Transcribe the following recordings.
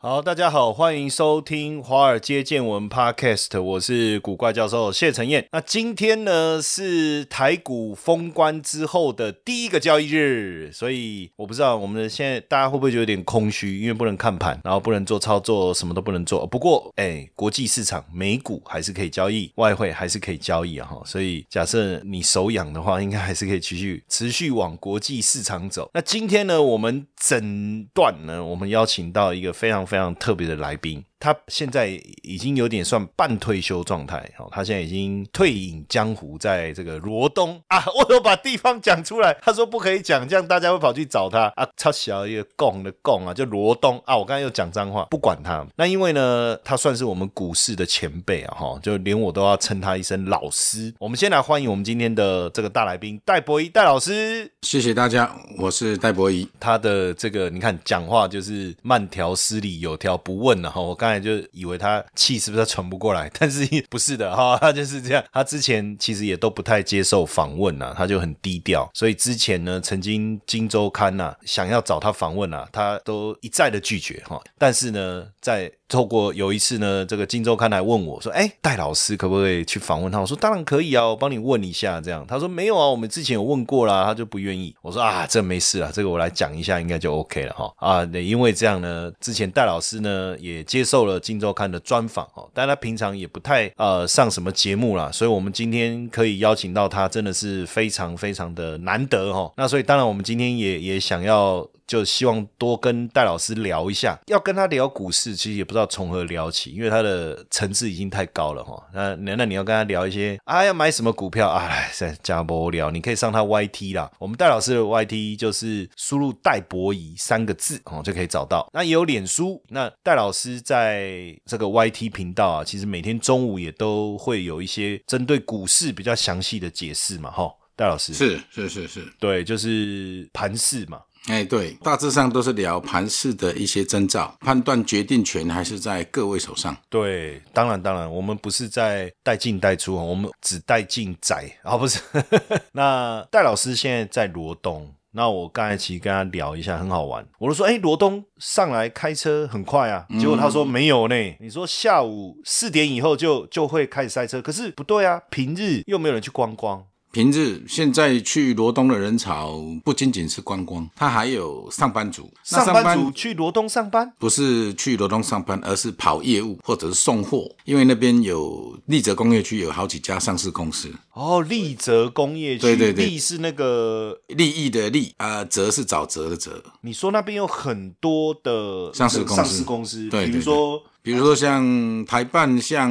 好，大家好，欢迎收听《华尔街见闻》Podcast，我是古怪教授谢承彦。那今天呢是台股封关之后的第一个交易日，所以我不知道我们的现在大家会不会觉得有点空虚，因为不能看盘，然后不能做操作，什么都不能做。不过，哎，国际市场美股还是可以交易，外汇还是可以交易啊哈。所以，假设你手痒的话，应该还是可以持续持续往国际市场走。那今天呢，我们整段呢，我们邀请到一个非常非常特别的来宾，他现在已经有点算半退休状态，哦，他现在已经退隐江湖，在这个罗东 啊，我都把地方讲出来，他说不可以讲，这样大家会跑去找他啊，超小一个供的供啊，就罗东啊，我刚才又讲脏话，不管他。那因为呢，他算是我们股市的前辈啊，哈，就连我都要称他一声老师。我们先来欢迎我们今天的这个大来宾戴博一戴老师。谢谢大家，我是戴博仪。他的这个，你看讲话就是慢条斯理，有条不紊啊的哈。我刚才就以为他气是不是喘不过来，但是不是的哈， 他就是这样。他之前其实也都不太接受访问呐、他就很低调。所以之前呢，曾经《金周刊、呐想要找他访问啊，他都一再的拒绝哈。但是呢，在透过有一次呢，这个《金周刊》来问我说：“哎，戴老师可不可以去访问他？”我说：“当然可以啊，我帮你问一下。”这样他说：“没有啊，我们之前有问过啦，他就不愿意。”我说：“啊，这没事啊，这个我来讲一下，应该就 OK 了哈。”啊，对因为这样呢，之前戴老师呢也接受了《金周刊》的专访哦，但他平常也不太呃上什么节目啦，所以我们今天可以邀请到他，真的是非常非常的难得哈。那所以当然我们今天也也想要就希望多跟戴老师聊一下，要跟他聊股市，其实也不知道从何聊起，因为他的层次已经太高了哈。那那那你要跟他聊一些啊，要买什么股票啊，哎在加波聊，你可以上他 YT 啦。我们戴老师的 YT 就是输入“戴博仪”三个字哦，就可以找到。那也有脸书，那戴老师在这个 YT 频道啊，其实每天中午也都会有一些针对股市比较详细的解释嘛，哈。戴老师是是是是，对，就是盘势嘛，哎，对，大致上都是聊盘市的一些征兆，判断决定权还是在各位手上。对，当然当然，我们不是在带进带出，哦我们只带进仔啊，不是。 那戴老师现在在罗东，那我刚才其实跟他聊一下，很好玩。我就说，哎，罗东上来开车很快啊，嗯结果他说没有呢。你说下午四点以后就就会开始塞车，可是不对啊，平日又没有人去观光。平日现在去罗东的人潮不仅仅是观光，他还有上班族。那上班族去罗东上班，不是去罗东上班，而是跑业务或者是送货，因为那边有丽泽工业区有好几家上市公司，哦，丽泽工业区，对对对丽是那个，利益的利啊，泽、是沼泽的泽。你说那边有很多的上市公司上市公司，对对比如对说比如说像台办、像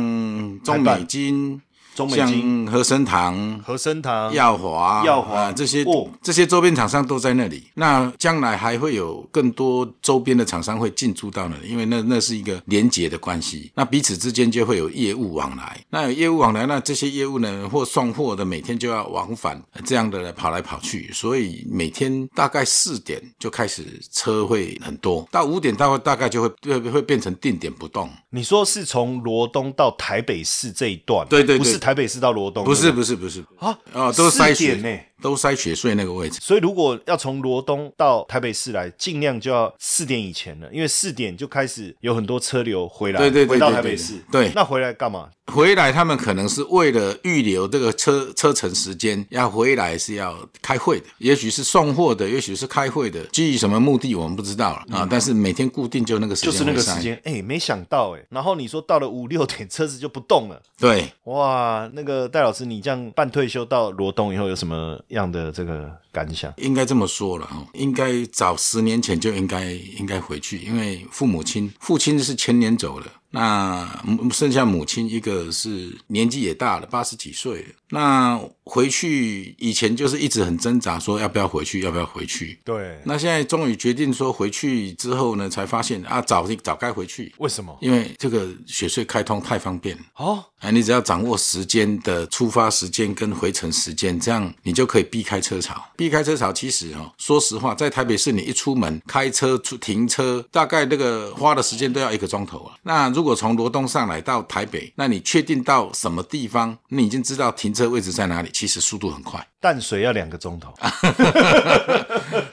台中美办金、中美金、像和生堂、和生堂、耀华、耀华啊这些、哦这些周边厂商都在那里。那将来还会有更多周边的厂商会进驻到那里，因为那那是一个连结的关系，那彼此之间就会有业务往来。那有业务往来，那这些业务呢，或送货的每天就要往返，呃这样的呢跑来跑去，所以每天大概四点就开始车会很多，到五点大概大概就会会会变成定点不动。你说是从罗东到台北市这一段，对对对不是台北市到罗东，不是对不是不是对啊啊，都是塞四雪点呢。都塞雪穗那个位置。所以如果要从罗东到台北市来，尽量就要四点以前了，因为四点就开始有很多车流回来，对对对啊回到对台对北对市。对那回来干嘛？回来他们可能是为了预留这个车车程时间，要回来是要开会的，也许是送货的，也许是开会的，基于什么目的我们不知道了、啊。但是每天固定就那个嗯时就间，是那个时，间，哎、没想到哎、然后你说到了五六点，车子就不动了，对。哇！那个戴老师，你这样半退休到罗东以后，有什么样的这个感想？应该这么说了哈，应该早十年前就应该应该回去，因为父母亲，父亲是前年走的，那母剩下母亲一个是年纪也大了，八十几岁了，那回去以前就是一直很挣扎，说要不要回去，要不要回去。对，那现在终于决定说回去之后呢，才发现啊，早早该回去，为什么？因为这个雪隧开通太方便了。哦，哎，你只要掌握时间的出发时间跟回程时间，这样你就可以避开车潮。避开车潮，其实哦，说实话，在台北市你一出门开车出停车，大概那个花的时间都要一个钟头啊。那如果从罗东上来到台北，那你确定到什么地方，你已经知道停车位置在哪里，其实速度很快。淡水要两个钟头。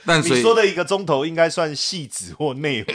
但啊所你以说的一个钟头应该算戏子或内湖，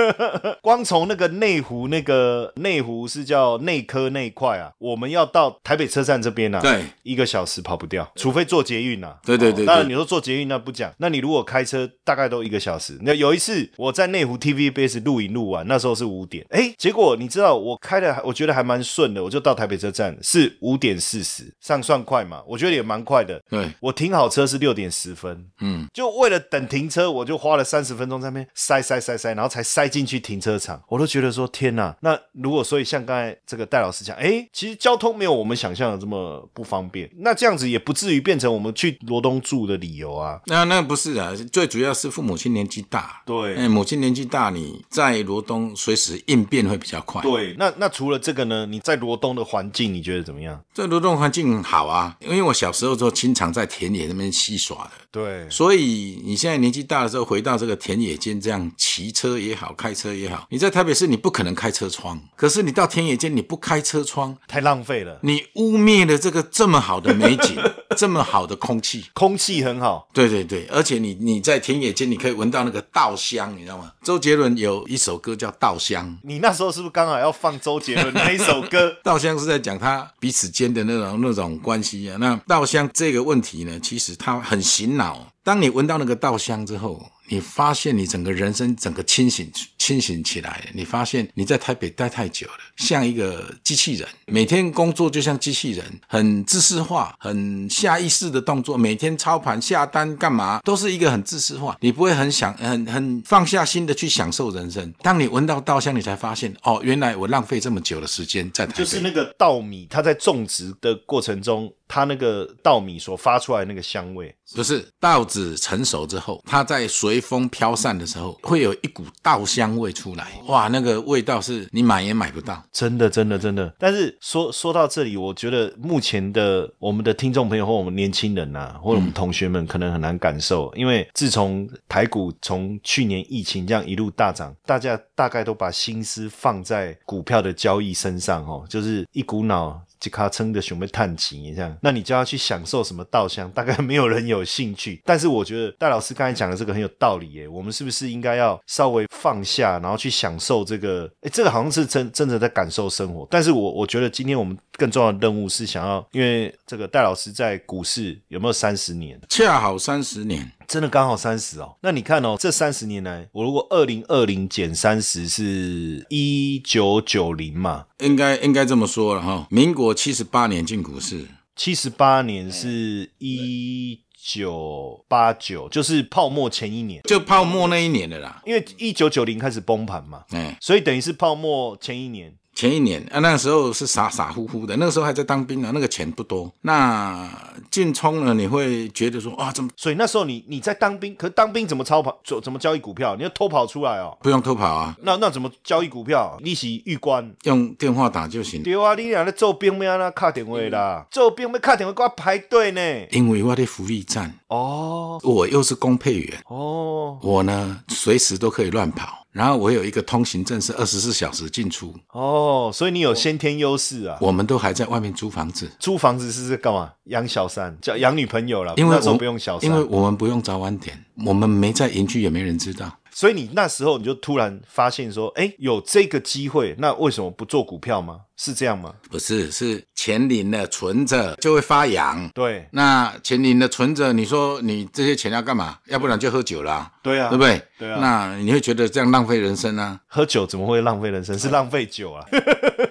光从那个内湖那个内湖是叫内科那一块啊，我们要到台北车站这边啊，对，一个小时跑不掉，除非坐捷运啊。对对对当然对你说坐捷运那不讲，那你如果开车大概都一个小时。那有一次我在内湖 TVBS 录影录完，那时候是五点，哎，结果你知道我开的我觉得还蛮顺的，我就到台北车站是五点四十，上算快嘛，我觉得也蛮快的。对，我停好车是六点十分，嗯，就为了等停车，我就花了三十分钟在那边塞塞塞塞，然后才塞进去停车场。我都觉得说天哪！那如果所以像刚才这个戴老师讲，诶，其实交通没有我们想象的这么不方便，那这样子也不至于变成我们去罗东住的理由啊。那那不是啊，最主要是父母亲年纪大，对哎，母亲年纪大，你在罗东随时应变会比较快，对，那那除了这个呢？你在罗东的环境你觉得怎么样？这流动环境好啊，因为我小时候就经常在田野那边戏耍的，对，所以你现在年纪大了之后，回到这个田野间这样骑车也好，开车也好，你在台北市你不可能开车窗，可是你到田野间你不开车窗，太浪费了，你污蔑了这个这么好的美景，这么好的空气。空气很好。对对对，而且你你在田野间，你可以闻到那个稻香，你知道吗？周杰伦有一首歌叫《稻香》，？你那时候是不是刚好要放周杰伦那一首歌稻香是在讲他彼此间的那种那种关系啊。那稻香这个问题呢，其实它很醒脑。当你闻到那个稻香之后，你发现你整个人生整个清醒清醒起来，你发现你在台北待太久了，像一个机器人，每天工作就像机器人，很自私化，很下意识的动作，每天操盘下单干嘛，都是一个很自私化，你不会很想很很放下心的去享受人生。当你闻到稻香，你才发现哦，原来我浪费这么久的时间在台北。就是那个稻米，它在种植的过程中，它那个稻米所发出来的那个香味，不是稻子成熟之后，它在随风飘散的时候，会有一股稻香味出来。哇，那个味道是你买也买不到。真的，真的，真的。但是说说到这里，我觉得目前的我们的听众朋友或我们年轻人啊，或者我们同学们，可能很难感受，因为自从台股从去年疫情这样一路大涨，大家大概都把心思放在股票的交易身上哦，就是一股脑。就咔撑着熊妹探亲这样，那你就要去享受什么稻香， 大概没有人有兴趣。但是我觉得戴老师刚才讲的这个很有道理耶，我们是不是应该要稍微放下，然后去享受这个？哎，这个好像是真真的在感受生活。但是我我觉得今天我们更重要的任务是想要，因为这个戴老师在股市有没有三十年？恰好三十年，真的刚好三十哦。那你看哦，这三十年来，我如果二零二零减三十是一九九零嘛，应该应该这么说了哈。民国七十八年进股市，七十八哎年是一九八九，就是泡沫前一年，就泡沫那一年的啦。因为一九九零开始崩盘嘛，哎，所以等于是泡沫前一年。前一年啊，那时候是傻傻乎乎的，那个时候还在当兵呢、啊那个钱不多。那进冲了，你会觉得说，哇，怎么所以那时候你你在当兵，可是当兵怎么操盘，怎怎么交易股票？你要偷跑出来哦。不用偷跑啊，那那怎么交易股票？利息预关。用电话打就行。对啊，你俩在做兵要那卡点位嗯啦，做兵要卡点位，给我排队呢。因为我的福利站，哦我又是公配员。哦我呢随时都可以乱跑，然后我有一个通行证是二十四小时进出，哦，所以你有先天优势啊。我们都还在外面租房子，租房子是干嘛？养小三，叫养女朋友了。因为那时我候不用小三，因为我们不用早晚点，我们没在营区也没人知道。所以你那时候你就突然发现说，哎，有这个机会，那为什么不做股票吗？是这样吗？不是，是钱领了存着就会发痒。对那钱领了存着，你说你这些钱要干嘛？要不然就喝酒啦、对啊，对不？对？对啊那你会觉得这样浪费人生啊？喝酒怎么会浪费人生？是浪费酒啊！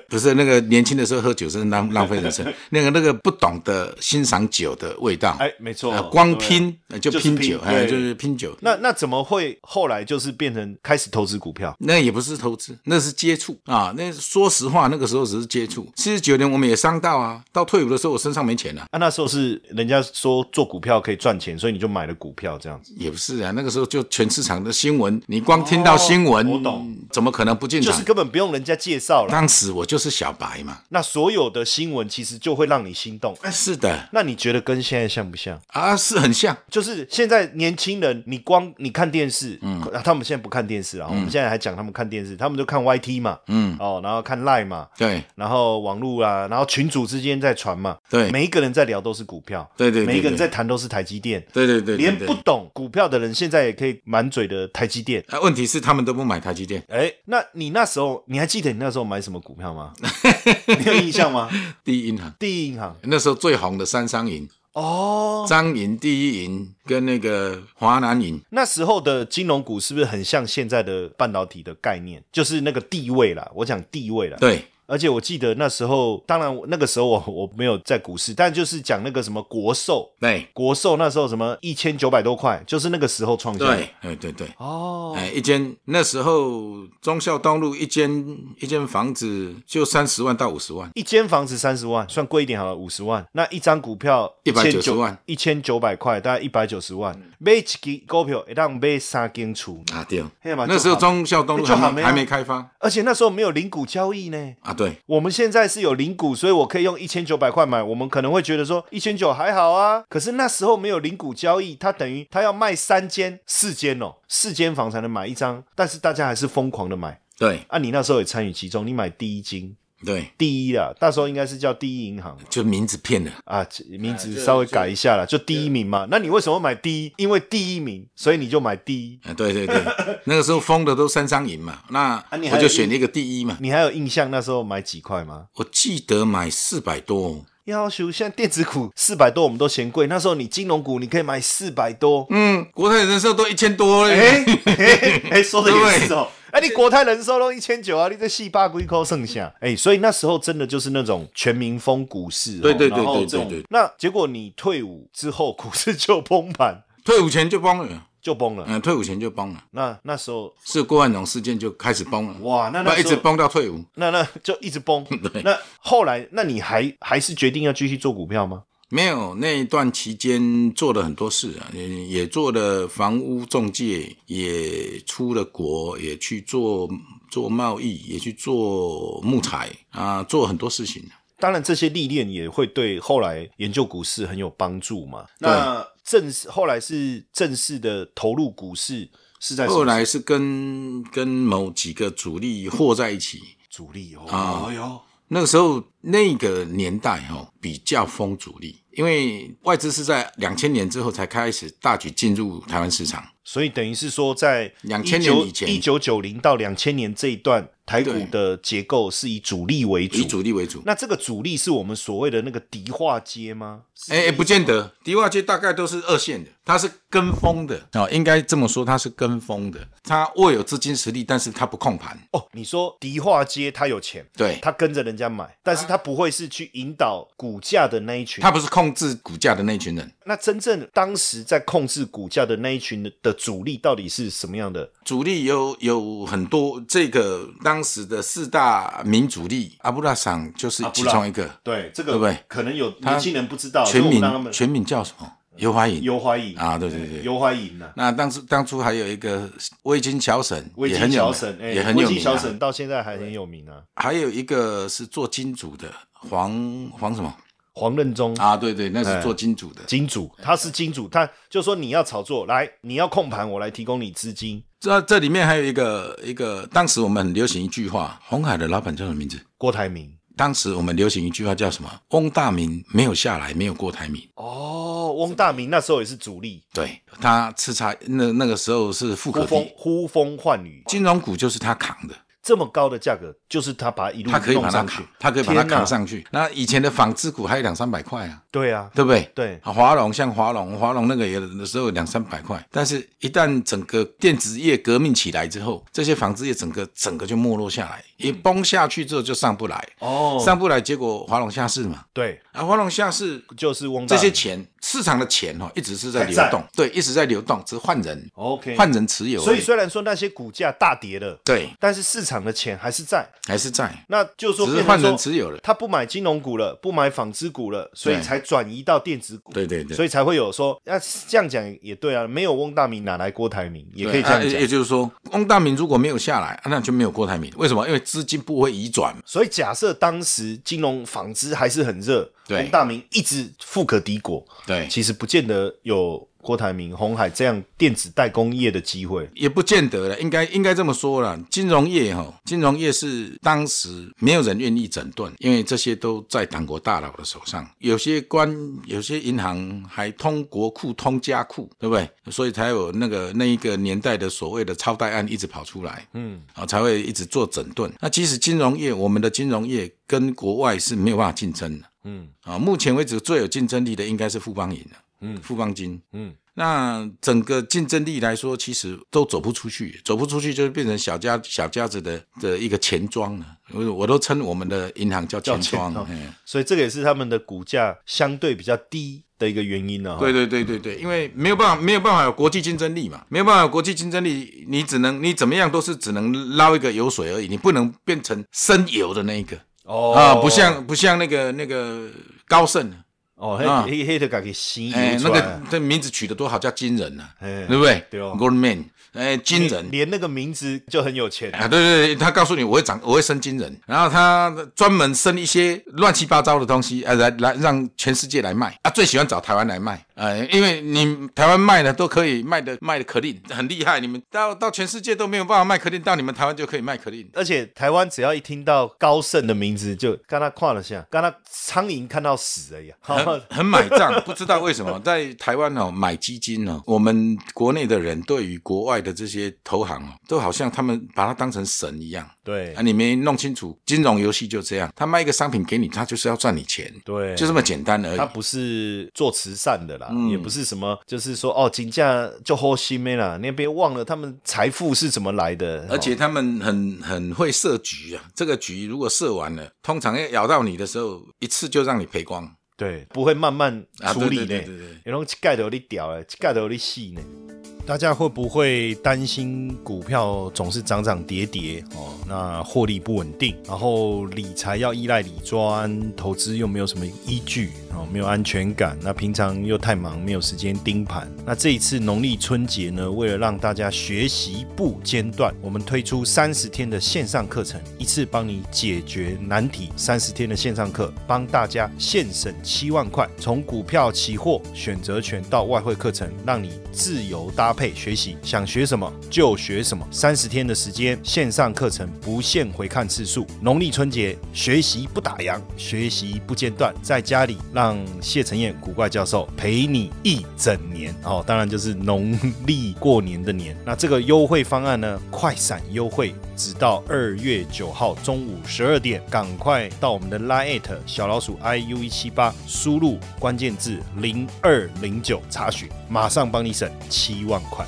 不是那个年轻的时候喝酒真 的浪浪费人生，那个那个不懂得欣赏酒的味道，哎，没错呃，光对拼呃就就是拼拼酒，哎，对就是拼酒。那那怎么会后来就是变成开始投资股票？那也不是投资，那是接触啊。那说实话，那个时候只是接触。七十九年我们也伤到啊，到退伍的时候我身上没钱了、啊，那时候是人家说做股票可以赚钱，所以你就买了股票这样子，也不是啊。那个时候就全市场的新闻，你光听到新闻，哦我懂怎么可能不进就场？是根本不用人家介绍了。当时我就是小白嘛。那所有的新闻其实就会让你心动。哎，是的那你觉得跟现在像不像？啊，是很像。就是现在年轻人，你光你看电视，嗯、他们现在不看电视嗯啊，我们现在还讲他们看电视，他们就看 YT 嘛，嗯，哦，然后看 Line 嘛，对然后网络啊，然后群组之间在传嘛，对每一个人在聊都是股票，对对对每一个人对在谈都是台积电，对对对对连对不懂股票的人现在也可以满嘴的台积电。啊，问题是他们都不买台积电。哎，那你那时候你还记得你那时候买什么股票 吗？你有印象吗？第一银行第一银 行那时候最红的三商银，哦，张银、第一银跟那个华南银，那时候的金融股是不是很像现在的半导体的概念？就是那个地位啦，我讲地位啦。对而且我记得那时候， 当然我那个时候我我没有在股市，但就是讲那个什么国寿，对国寿那时候什么一千九百多块，就是那个时候创下的。对，哎对对。哦，哎，一间那时候忠孝东路一间一间房子就三十万到五十万，一间房子三十万，算贵一点好了，五十万。那一张股票190万，嗯一千九百块，大概一百九十万。买一支股票，一当买三间厝，啊对，嘿嘛那时就候好忠孝东路就还好没没啊还没开发而且那时候没有零股交易呢。啊，对，我们现在是有零股，所以我可以用一千九百块买。我们可能会觉得说一千九还好啊，可是那时候没有零股交易，他等于他要卖三间、四间哦，四间房才能买一张。但是大家还是疯狂的买对啊！你那时候也参与其中，你买第一金、对，第一啊，那时候应该是叫第一银行就名字骗了。啊，这名字稍微改一下啦，就第一名嘛。那你为什么买第一？因为第一名，所以你就买第一。啊，对对对， 那个时候封的都三商银嘛，那啊你还我有就一选了一个第一嘛，你还有印象那时候买几块吗？我记得买四百多哦，要求现在电子股四百多我们都嫌贵，那时候你金融股你可以买四百多，嗯，国泰人寿都一千多嘞，哎哎 哎，说的也是哦。哎，你国泰人寿都一千九啊，你这戏八龟扣剩下。哎，所以那时候真的就是那种全民风股市哦，对对对然后对这种对对。那结果你退伍之后，股市就崩盘，退伍前就崩了，就崩了。嗯，退伍前就崩了，那那时候，是郭万荣事件就开始崩了，哇，那那那一时直候，崩到退伍，那那就一直 崩。那后来，那你还还是决定要继续做股票吗？没有，那一段期间做了很多事啊，也也做了房屋中介，也出了国，也去做做贸易，也去做木材啊，做很多事情。当然，这些历练也会对后来研究股市很有帮助嘛。那正式后来是正式的投入股市是在什么时候后来是跟跟某几个主力和在一起。主力哦，啊哎呦，那个时候那个年代哈、哦，比较封主力，因为外资是在两千年之后才开始大举进入台湾市场。所以等于是说，在2000年以前一九九零到两千年这一段，台股对的结构是以主力为主。以主力为主，那这个主力是我们所谓的那个迪化街吗？哎、哎，不见得，迪化街大概都是二线的，它是跟风的哦，应该这么说，它是跟风的，它握有资金实力，但是它不控盘，哦，你说迪化街他有钱，对，他跟着人家买，但是他不会是去引导股价的那一群。它不是控制股价的那群人，那真正当时在控制股价的那一群的主力到底是什么样的？主力有有很多，这个当时的四大民主力，阿布拉哦赏就是阿布其拉中一个，对，这个对不对可能有他年轻人不知道，全所以我民们让他们全民叫什么？尤华颖尤怀莹啊，对对对。尤怀莹呐。那当时当初还有一个魏金小沈，维也京很有小名啊沈，哎也很有维京名、小啊。沈到现在还很有名啊。还有一个是做金主的黄黄什么？黄任中，啊，对对，哎那是做金主的。金主，他是金主，他就说你要炒作，来，你要控盘，我来提供你资金。这这里面还有一个一个，当时我们很流行一句话，红海的老板叫什么名字？郭台铭，当时我们流行一句话叫什么？翁大明没有下来，没有郭台铭。哦，翁大明那时候也是主力，对他叱咤那那个时候是富呼可风敌，呼风唤雨，金融股就是他扛的。这么高的价格，就是他把它一路他可以把弄它上扛去，，他可以把它天哪扛上去。那以前的纺织股还有两三百块啊，对啊，对不对？对啊华龙像华龙，华龙那个也有的时候两三百块，但是一旦整个电子业革命起来之后，这些纺织业整个整个就没落下来，一崩下去之后就上不来，哦上不来，结果华龙下市嘛，对，啊，华龙下市。就是翁大这人些钱，市场的钱哦，一直是在还流在动，对，一直在流动，只是换人 OK 换人持有而已，所以虽然说那些股价大跌了，对，但是市场的钱还是在，还是在，那就是说只是变成换人说持有了他不买金融股了，不买纺织股了，所以对才转移到电子股。对对对所以才会有说，那这样讲也对啊，没有翁大明哪来郭台铭？也可以这样对啊讲。也就是说，翁大明如果没有下来，啊那就没有郭台铭。为什么？因为资金不会移转嘛。所以假设当时金融纺织还是很热，对翁大明一直富可敌国，对其实不见得有郭台铭、红海这样电子代工业的机会。也不见得了，应该应该这么说了。金融业哈，金融业是当时没有人愿意整顿，因为这些都在党国大佬的手上。有些官，有些银行还通国库、通家库，对不对？所以才有那个那一个年代的所谓的超贷案一直跑出来，嗯，啊，才会一直做整顿。那其实金融业，我们的金融业跟国外是没有办法竞争的，嗯，啊，目前为止最有竞争力的应该是富邦银了，嗯，富邦金，那整个竞争力来说，其实都走不出去，走不出去就是变成小家小家子的的一个钱庄了。我我都称我们的银行叫钱庄。叫钱庄嘿所以这个也是他们的股价相对比较低的一个原因啊呢、对，对对对对，因为没有办法，没有办法有国际竞争力嘛，没有办法有国际竞争力，你只能你怎么样都是只能捞一个油水而已，你不能变成生油的那一个哦啊，不像不像那个那个高盛，哦，啊黑黑黑的给吸引哎，出那来个了，这名字取得多好，叫金人啊呐、哎对不对？对哦 g o l d m a n 哎，金人。连那个名字就很有钱。啊，对对对，他告诉你我会长，我会生金人，然后他专门生一些乱七八糟的东西，啊，来来让全世界来卖啊，最喜欢找台湾来卖，呃，因为你台湾卖的都可以卖的卖的可令很厉害，你们到到全世界都没有办法卖可令，到你们台湾就可以卖可令。而且台湾只要一听到高盛的名字，就刚他跨了下，刚他苍蝇看到屎而 已啊。很很买账，不知道为什么在台湾哦买基金哦，我们国内的人对于国外的这些投行哦，都好像他们把它当成神一样。对啊，你没弄清楚，金融游戏就这样，他卖一个商品给你，他就是要赚你钱，对，就这么嗯简单而他已。不是做慈善的啦，也不是什么，就是说哦，金价就好心妹啦，你也别忘了他们财富是怎么来的，哦而且他们很很会设局啊，这个局如果设完了，通常要咬到你的时候，一次就让你赔光对，不会慢慢啊！处理呢。对对对对对。有拢一盖头你屌诶，一盖头你死呢。大家会不会担心股票总是涨涨跌跌哦？那获利不稳定，然后理财要依赖理专，投资又没有什么依据哦，没有安全感。那平常又太忙，没有时间盯盘。那这一次农历春节呢，为了让大家学习不间断，我们推出三十天的线上课程，一次帮你解决难题。三十天的线上课，帮大家现省七万块，从股票、期货、选择权到外汇课程，让你自由搭配学习，想学什么就学什么。三十天的时间，线上课程不限回看次数。农历春节，学习不打烊，学习不间断，在家里让谢承彦古怪教授陪你一整年哦，当然就是农历过年的年。那这个优惠方案呢，快闪优惠，直到二月九号中午十二点，赶快到我们的 Line 小老鼠 iu 一七八，输入关键字零二零九查询，马上帮你省七万块。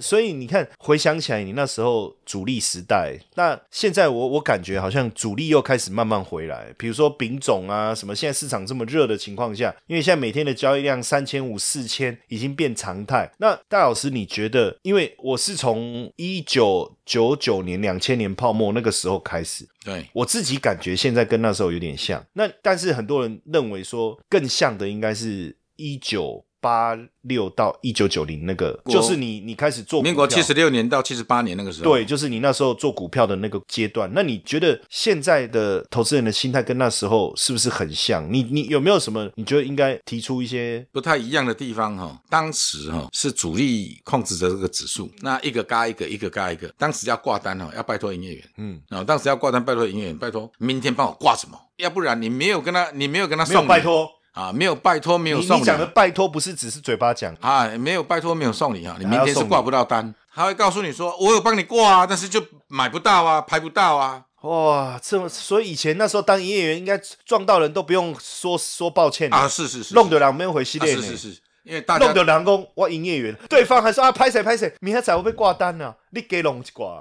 所以你看，回想起来，你那时候主力时代，那现在我我感觉好像主力又开始慢慢回来。比如说丙种啊，什么现在市场这么热的情况下，因为现在每天的交易量三千五、四千已经变常态。那戴老师，你觉得？因为我是从一九九九年、两千年泡沫那个时候开始，对，我自己感觉现在跟那时候有点像。那但是很多人认为说更像的应该是一九八六到一九九零那个，国就是你你开始做股民国票七十六年到七十八年那个时候，对，就是你那时候做股票的那个阶段。那你觉得现在的投资人的心态跟那时候是不是很像？你你有没有什么你觉得应该提出一些？不太一样的地方哈、当时哈、是主力控制着这个指数，那一个嘎一个，一个嘎一个。当时要挂单哈、要拜托营业员，嗯，啊、当时要挂单拜托营业员，拜托明天帮我挂什么，要不然你没有跟他，你没有跟他没有送礼拜托，啊，没有拜托，没你有你送讲的礼拜托不是只是嘴巴讲，啊，没有拜托，没有送礼哈、你还明要天是送挂礼不到单他会告诉你说，我有帮你挂啊，但是就买不到啊，排不到啊。哇，这么所以以前那时候当营业员，应该撞到人都不用说说抱歉的啊，是是是，弄得两边回系啊列是呢。是是，因为大家弄到人工，我营业员，对方还说啊，拍谁拍谁，明天才会被挂单呢、啊，你给弄一挂，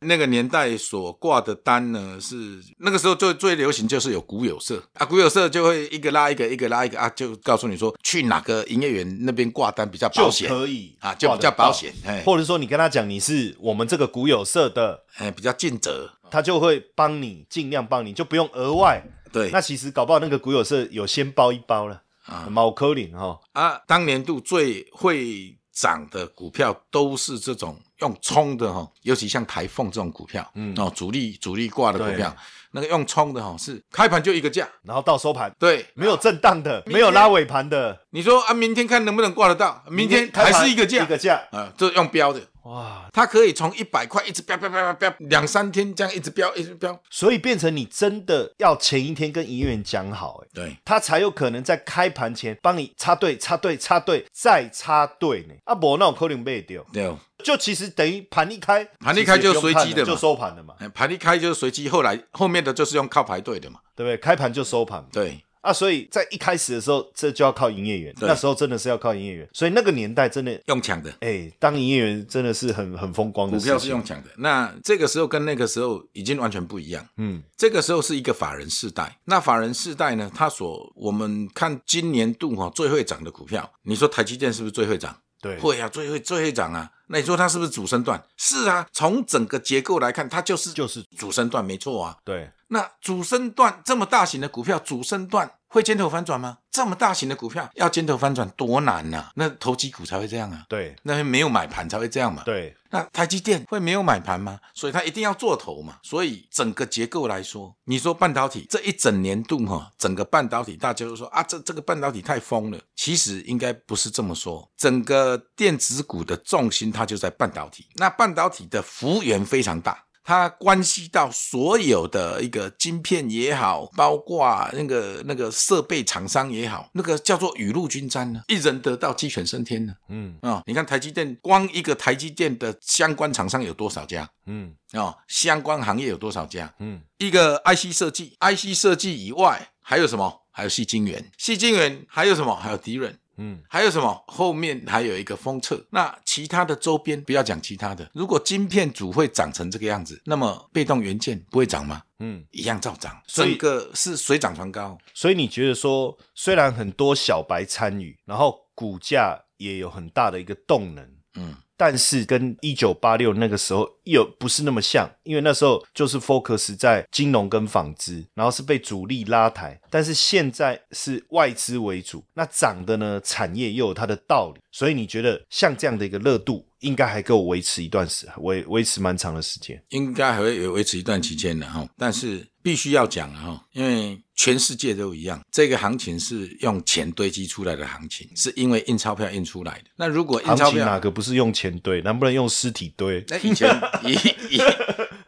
那个年代所挂的单呢，是那个时候最最流行就是有股有社啊，股有社就会一个拉一个，一个拉一个啊，就告诉你说去哪个营业员那边挂单比较保就险可以啊，就比较保险，哎或者说你跟他讲你是我们这个股有社的，哎，比较尽责，他就会帮你尽量帮你，就不用额外。对那其实搞不好那个股有社有先包一包了，啊毛科林哈，啊，当年度最会涨的股票都是这种用冲的哈、哦，尤其像台凤这种股票，嗯哦，主力主力挂的股票对，那个用冲的哈、哦、是开盘就一个价，然后到收盘对，没有震荡的，没有拉尾盘的，你说啊，明天看能不能挂得到，明天开还盘是一个价，一个价，啊，这用标的。哇，它可以从一百块一直飙飙飙飙飙，两三天这样一直飙一直飙。所以变成你真的要前一天跟营业员讲好、欸，对，他才有可能在开盘前帮你插队、插队、插队，再插队呢。啊，不，那我可能被丢。对哦，就其实等于盘一开，盘一开其实也不用就随机看了的就嘛收盘了嘛，哎盘一开就是随机，后来后面的就是用靠排队的嘛。对不对？开盘就收盘嘛对，啊，所以在一开始的时候，这就要靠营业员。对那时候真的是要靠营业员，所以那个年代真的，用抢的哎、当营业员真的是很很风光的股事嗯票是情用抢的。那这个时候跟那个时候已经完全不一样。嗯，这个时候是一个法人世代，那法人世代呢，它所我们看今年度哈、哦、最会涨的股票，你说台积电是不是最会涨？对，会啊，最会最会涨啊。那你说它是不是主升段？是啊，从整个结构来看，它就是就是主升段，没错啊。对，那主升段这么大型的股票，主升段会尖头反转吗？这么大型的股票要尖头反转多难呐、啊那投机股才会这样啊，对，那边没有买盘才会这样嘛。对，那台积电会没有买盘吗？所以它一定要做头嘛。所以整个结构来说，你说半导体这一整年度哈、整个半导体大家都说啊，这这个半导体太疯了。其实应该不是这么说，整个电子股的重心它就在半导体。那半导体的幅员非常大。它关系到所有的一个晶片也好，包括啊那个那个设备厂商也好，那个叫做雨露均沾呢，一人得道鸡犬升天呢。嗯啊、你看台积电，光一个台积电的相关厂商有多少家嗯啊、哦相关行业有多少家？嗯，一个 IC 设计，IC 设计以外还有什么？还有细晶圆，细晶圆还有什么？还有敌人。嗯，还有什么？后面还有一个封测。那其他的周边不要讲其他的，如果晶片组会长成这个样子，那么被动元件不会涨吗？嗯，一样照涨，所以整个是水涨船高。所以你觉得说，虽然很多小白参与，然后股价也有很大的一个动能，嗯，但是跟一九八六那个时候又不是那么像，因为那时候就是 focus 在金融跟纺织，然后是被主力拉抬，但是现在是外资为主，那涨的呢产业又有它的道理，所以你觉得像这样的一个热度，应该还够维持一段时，维维持蛮长的时间。应该还会有维持一段期间的哈，但是必须要讲了哈，因为全世界都一样，这个行情是用钱堆积出来的行情，是因为印钞票印出来的。那如果印行钞情哪票，个不是用钱堆，能不能用尸体堆？那以前 以以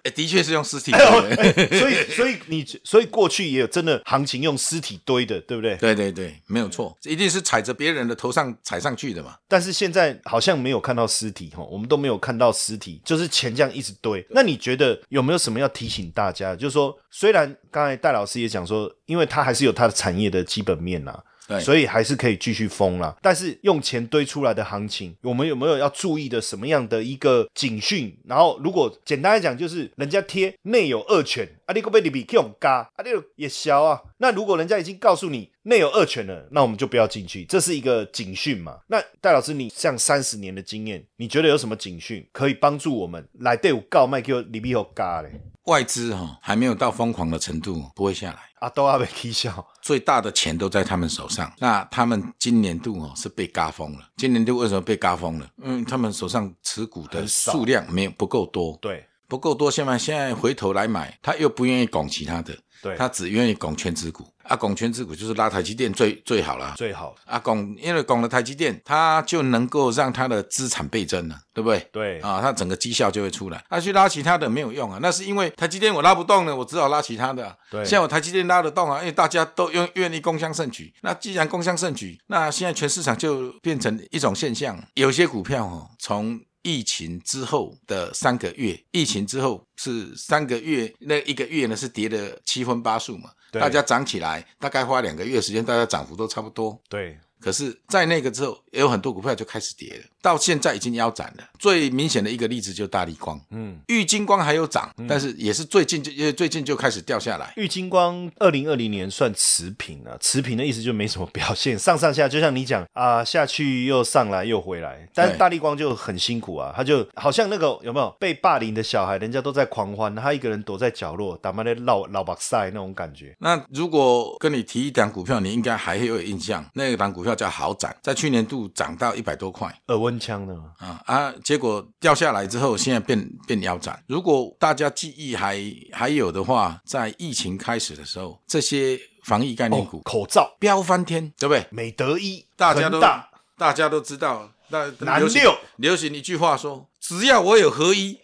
诶的确是用尸体堆的，所以，所以你，所以过去也有真的行情用尸体堆的，对不对？ 对对对，没有错，一定是踩着别人的头上踩上去的嘛。但是现在好像没有看到尸体哈，我们都没有看到尸体，就是钱这样一直堆。那你觉得有没有什么要提醒大家？就是说，虽然刚才戴老师也讲说，因为它还是有它的产业的基本面啊啦、对，所以还是可以继续疯啦。但是用钱堆出来的行情，我们有没有要注意的什么样的一个警讯？然后，如果简单来讲，就是人家贴内有恶犬，啊，你可被你比用嘎，啊，你也消啊。那如果人家已经告诉你内有恶犬了，那我们就不要进去，这是一个警讯嘛。那戴老师，你像三十年的经验，你觉得有什么警讯可以帮助我们来队伍告卖叫里比有嘎嘞？外资哈、还没有到疯狂的程度，不会下来。啊，都要被踢笑，最大的钱都在他们手上。那他们今年度哦是被嘎疯了。今年度为什么被嘎疯了？嗯，他们手上持股的很少数量没有不够多。对，不够多，现在现在回头来买，他又不愿意拱其他的，对，他只愿意拱全指股。啊，拱全指股就是拉台积电最最好了。最好啊，拱因为拱了台积电，它就能够让它的资产倍增了，对不对？对啊，它整个绩效就会出来。啊，去拉其他的没有用啊，那是因为台积电我拉不动了，我只好拉其他的啊、对现在我台积电拉得动啊，因为大家都愿愿意共襄盛举。那既然共襄盛举，那现在全市场就变成一种现象，有些股票哦，从疫情之后的三个月，疫情之后是三个月，那一个月呢是跌了七分八素嘛，对大家涨起来，大概花两个月时间，大家涨幅都差不多。对可是，在那个之后，也有很多股票就开始跌了，到现在已经腰斩了。最明显的一个例子就是大力光，嗯，玉金光还有涨，但是也是最近就也最近就开始掉下来。玉金光二零二零年算持平啊，持平的意思就没什么表现，上上下就像你讲啊、下去又上来又回来。但是对大力光就很辛苦啊，他就好像那个有没有被霸凌的小孩，人家都在狂欢，他一个人躲在角落，打妈的老老把赛那种感觉。那如果跟你提一档股票，你应该还会有印象，那档股票叫豪展，在去年度涨到一百多块耳温枪呢？啊啊，结果掉下来之后，现在变变腰斩。如果大家记忆还还有的话，在疫情开始的时候，这些防疫概念股、哦口罩，飙翻天，对不对？美德一，哦大家恒都大大家都知道，那南流行六流行一句话说：只要我有合一，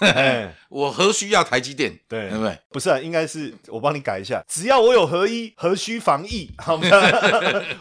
哎，我何须要台积电？对对不对？不是、啊，应该是我帮你改一下。只要我有合一，何须防疫？好 吗？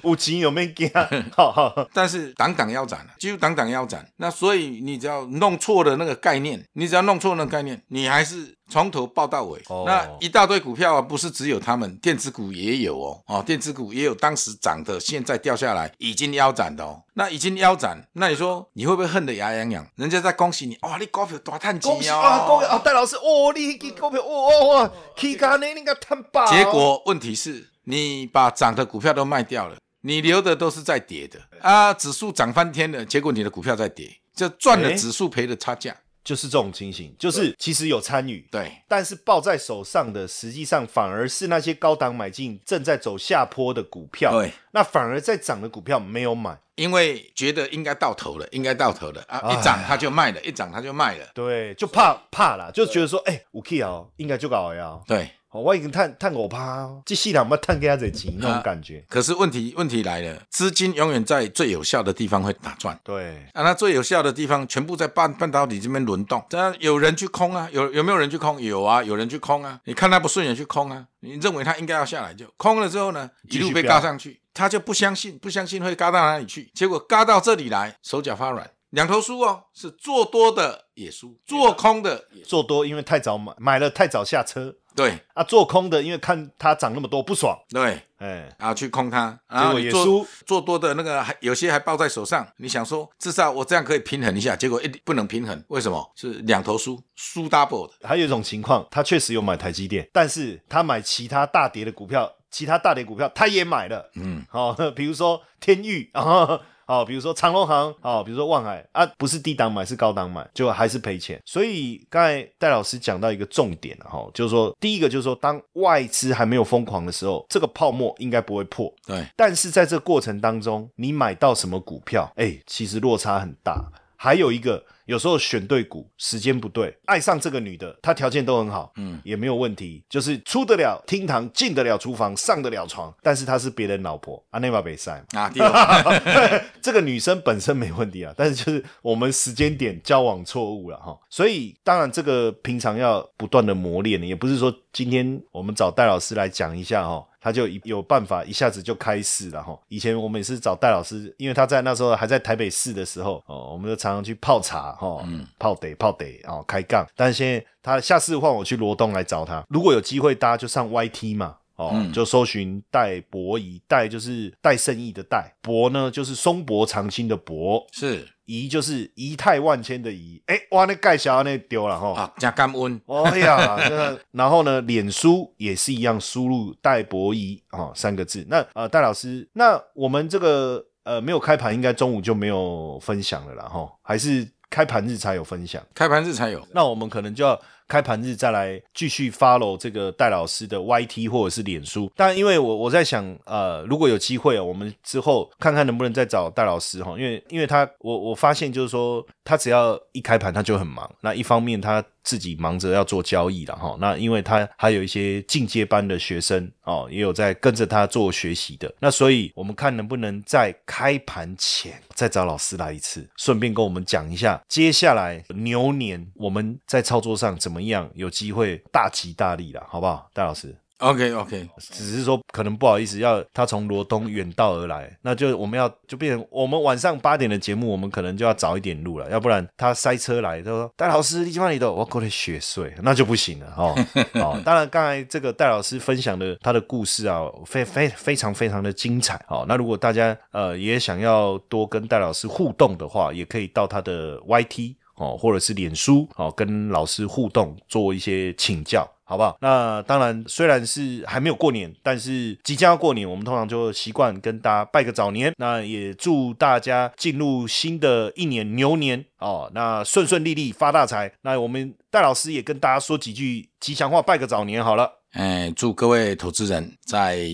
五级有没有给啊？好好，但是挡挡腰斩了，几乎挡挡腰斩。那所以你只要弄错了那个概念，你只要弄错那个概念，你还是从头报到尾。哦那一大堆股票啊，不是只有他们，电子股也有哦，哦，电子股也有当时涨的，现在掉下来，已经腰斩的哦。那已经腰斩，那你说你会不会恨得牙痒痒？人家在恭喜你，哇、你股票大探恭喜啊，恭喜啊，戴老师，哦，你给股票，哦哦哦，起咖呢，那个探爆。结果问题是你把涨的股票都卖掉了，你留的都是在跌的啊，指数涨翻天了，结果你的股票在跌，就赚了诶指数赔了差价。就是这种情形，就是其实有参与，对但是抱在手上的，实际上反而是那些高档买进正在走下坡的股票，对，那反而在涨的股票没有买，因为觉得应该到头了，应该到头了啊，哎一涨他就卖了，一涨他就卖了。对，就怕怕啦，就觉得说，哎，五 K 啊，应该就搞呀，对，哦我已经探探我趴，这细两嘛探给他这钱那种感觉，可是问题问题来了，资金永远在最有效的地方会打 转。对，啊，那最有效的地方全部在半半导体这边轮动，当然有人去空啊，有有没有人去空？有啊，有人去空啊，你看他不顺眼去空啊，你认为他应该要下来就空了之后呢，继一续路被飙嘎上去，他就不相信，不相信会嘎到哪里去，结果嘎到这里来，手脚发软，两头输哦，是做多的也输，做空的也做多因为太早买，买了太早下车对啊，做空的因为看它涨那么多不爽，对。哎，啊，去空它，结然后果你也做输，做多的那个还有些还抱在手上，你想说至少我这样可以平衡一下，结果一定不能平衡，为什么？是两头输，输 double 的。还有一种情况，他确实有买台积电，但是他买其他大跌的股票，其他大跌股票他也买了，嗯，好、哦， 比如说天域 啊，哦好、比如说长隆行啊、哦比如说望海啊，不是低档买，是高档买，就还是赔钱。所以刚才戴老师讲到一个重点哈、哦就是说第一个就是说，当外资还没有疯狂的时候，这个泡沫应该不会破，对，但是在这过程当中，你买到什么股票，哎，其实落差很大。还有一个，有时候选对股，时间不对，爱上这个女的，她条件都很好，嗯，也没有问题，就是出得了厅堂，进得了厨房，上得了床，但是她是别人老婆，阿内巴北塞。啊，第 二， 这个女生本身没问题啊，但是就是我们时间点交往错误了哈，所以当然这个平常要不断的磨练，也不是说今天我们找戴老师来讲一下哈。他就一有办法，一下子就开始了哈。以前我们也是找戴老师，因为他在那时候还在台北市的时候，哦，我们就常常去泡茶哈，嗯泡得泡得哦，开杠。但是现在他下次换我去罗东来找他，如果有机会，大家就上 YT 嘛，哦，嗯就搜寻戴博仪，戴就是戴胜义的戴，博呢就是松柏长青的柏，是仪就是仪态万千的仪。哎、哇，那盖小那丢了哈。啊，加甘温，哦哎呀， 那然后呢？脸书也是一样，输入戴博仪哦三个字。那呃，戴老师，那我们这个呃没有开盘，应该中午就没有分享了啦哈，还是开盘日才有分享？开盘日才有。那我们可能就要开盘日再来继续 follow 这个戴老师的 YT 或者是脸书。但因为我我在想，呃，如果有机会啊，我们之后看看能不能再找戴老师哈，因为因为他我我发现就是说，他只要一开盘他就很忙。那一方面他自己忙着要做交易了哈，那因为他还有一些进阶班的学生哦，也有在跟着他做学习的。那所以我们看能不能在开盘前再找老师来一次，顺便跟我们讲一下接下来牛年我们在操作上怎么样，有机会大吉大利了，好不好，戴老师？ OK OK，只是说可能不好意思，要他从罗东远道而来，那就我们要就变成我们晚上八点的节目，我们可能就要早一点录了，要不然他塞车来，他说戴老师，你今晚你都我过来学睡，那就不行了哦。哦，当然刚才这个戴老师分享的他的故事啊，非非非常非常的精彩哦。那如果大家呃也想要多跟戴老师互动的话，也可以到他的 YT 哦，或者是脸书哦，跟老师互动做一些请教。好不好？那呃当然，虽然是还没有过年，但是即将要过年，我们通常就习惯跟大家拜个早年。那也祝大家进入新的一年牛年哦，那顺顺利利发大财。那我们戴老师也跟大家说几句吉祥话，拜个早年好了。哎，祝各位投资人在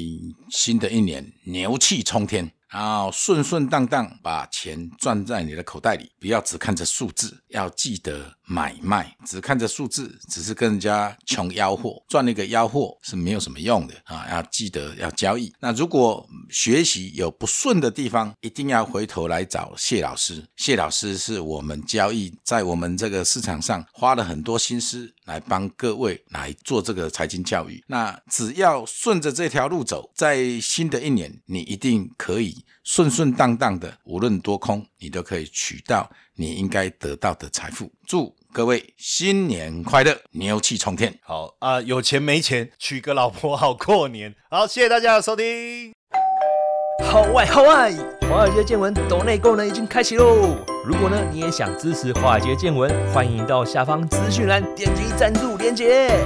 新的一年牛气冲天，然后顺顺当当把钱赚在你的口袋里，不要只看着数字，要记得买卖。只看着数字，只是跟人家穷吆喝，赚那个吆喝是没有什么用的啊！要记得要交易。那如果学习有不顺的地方，一定要回头来找谢老师。谢老师是我们交易在我们这个市场上花了很多心思来帮各位来做这个财经教育。那只要顺着这条路走，在新的一年，你一定可以顺顺当当的，无论多空，你都可以取到你应该得到的财富。祝各位新年快乐，牛气冲天！好啊、有钱没钱，娶个老婆好过年。好，谢谢大家的收听。好外好外，华尔街见闻抖内功能已经开启喽！如果呢你也想支持华尔街见闻，欢迎到下方资讯栏点击赞助连结。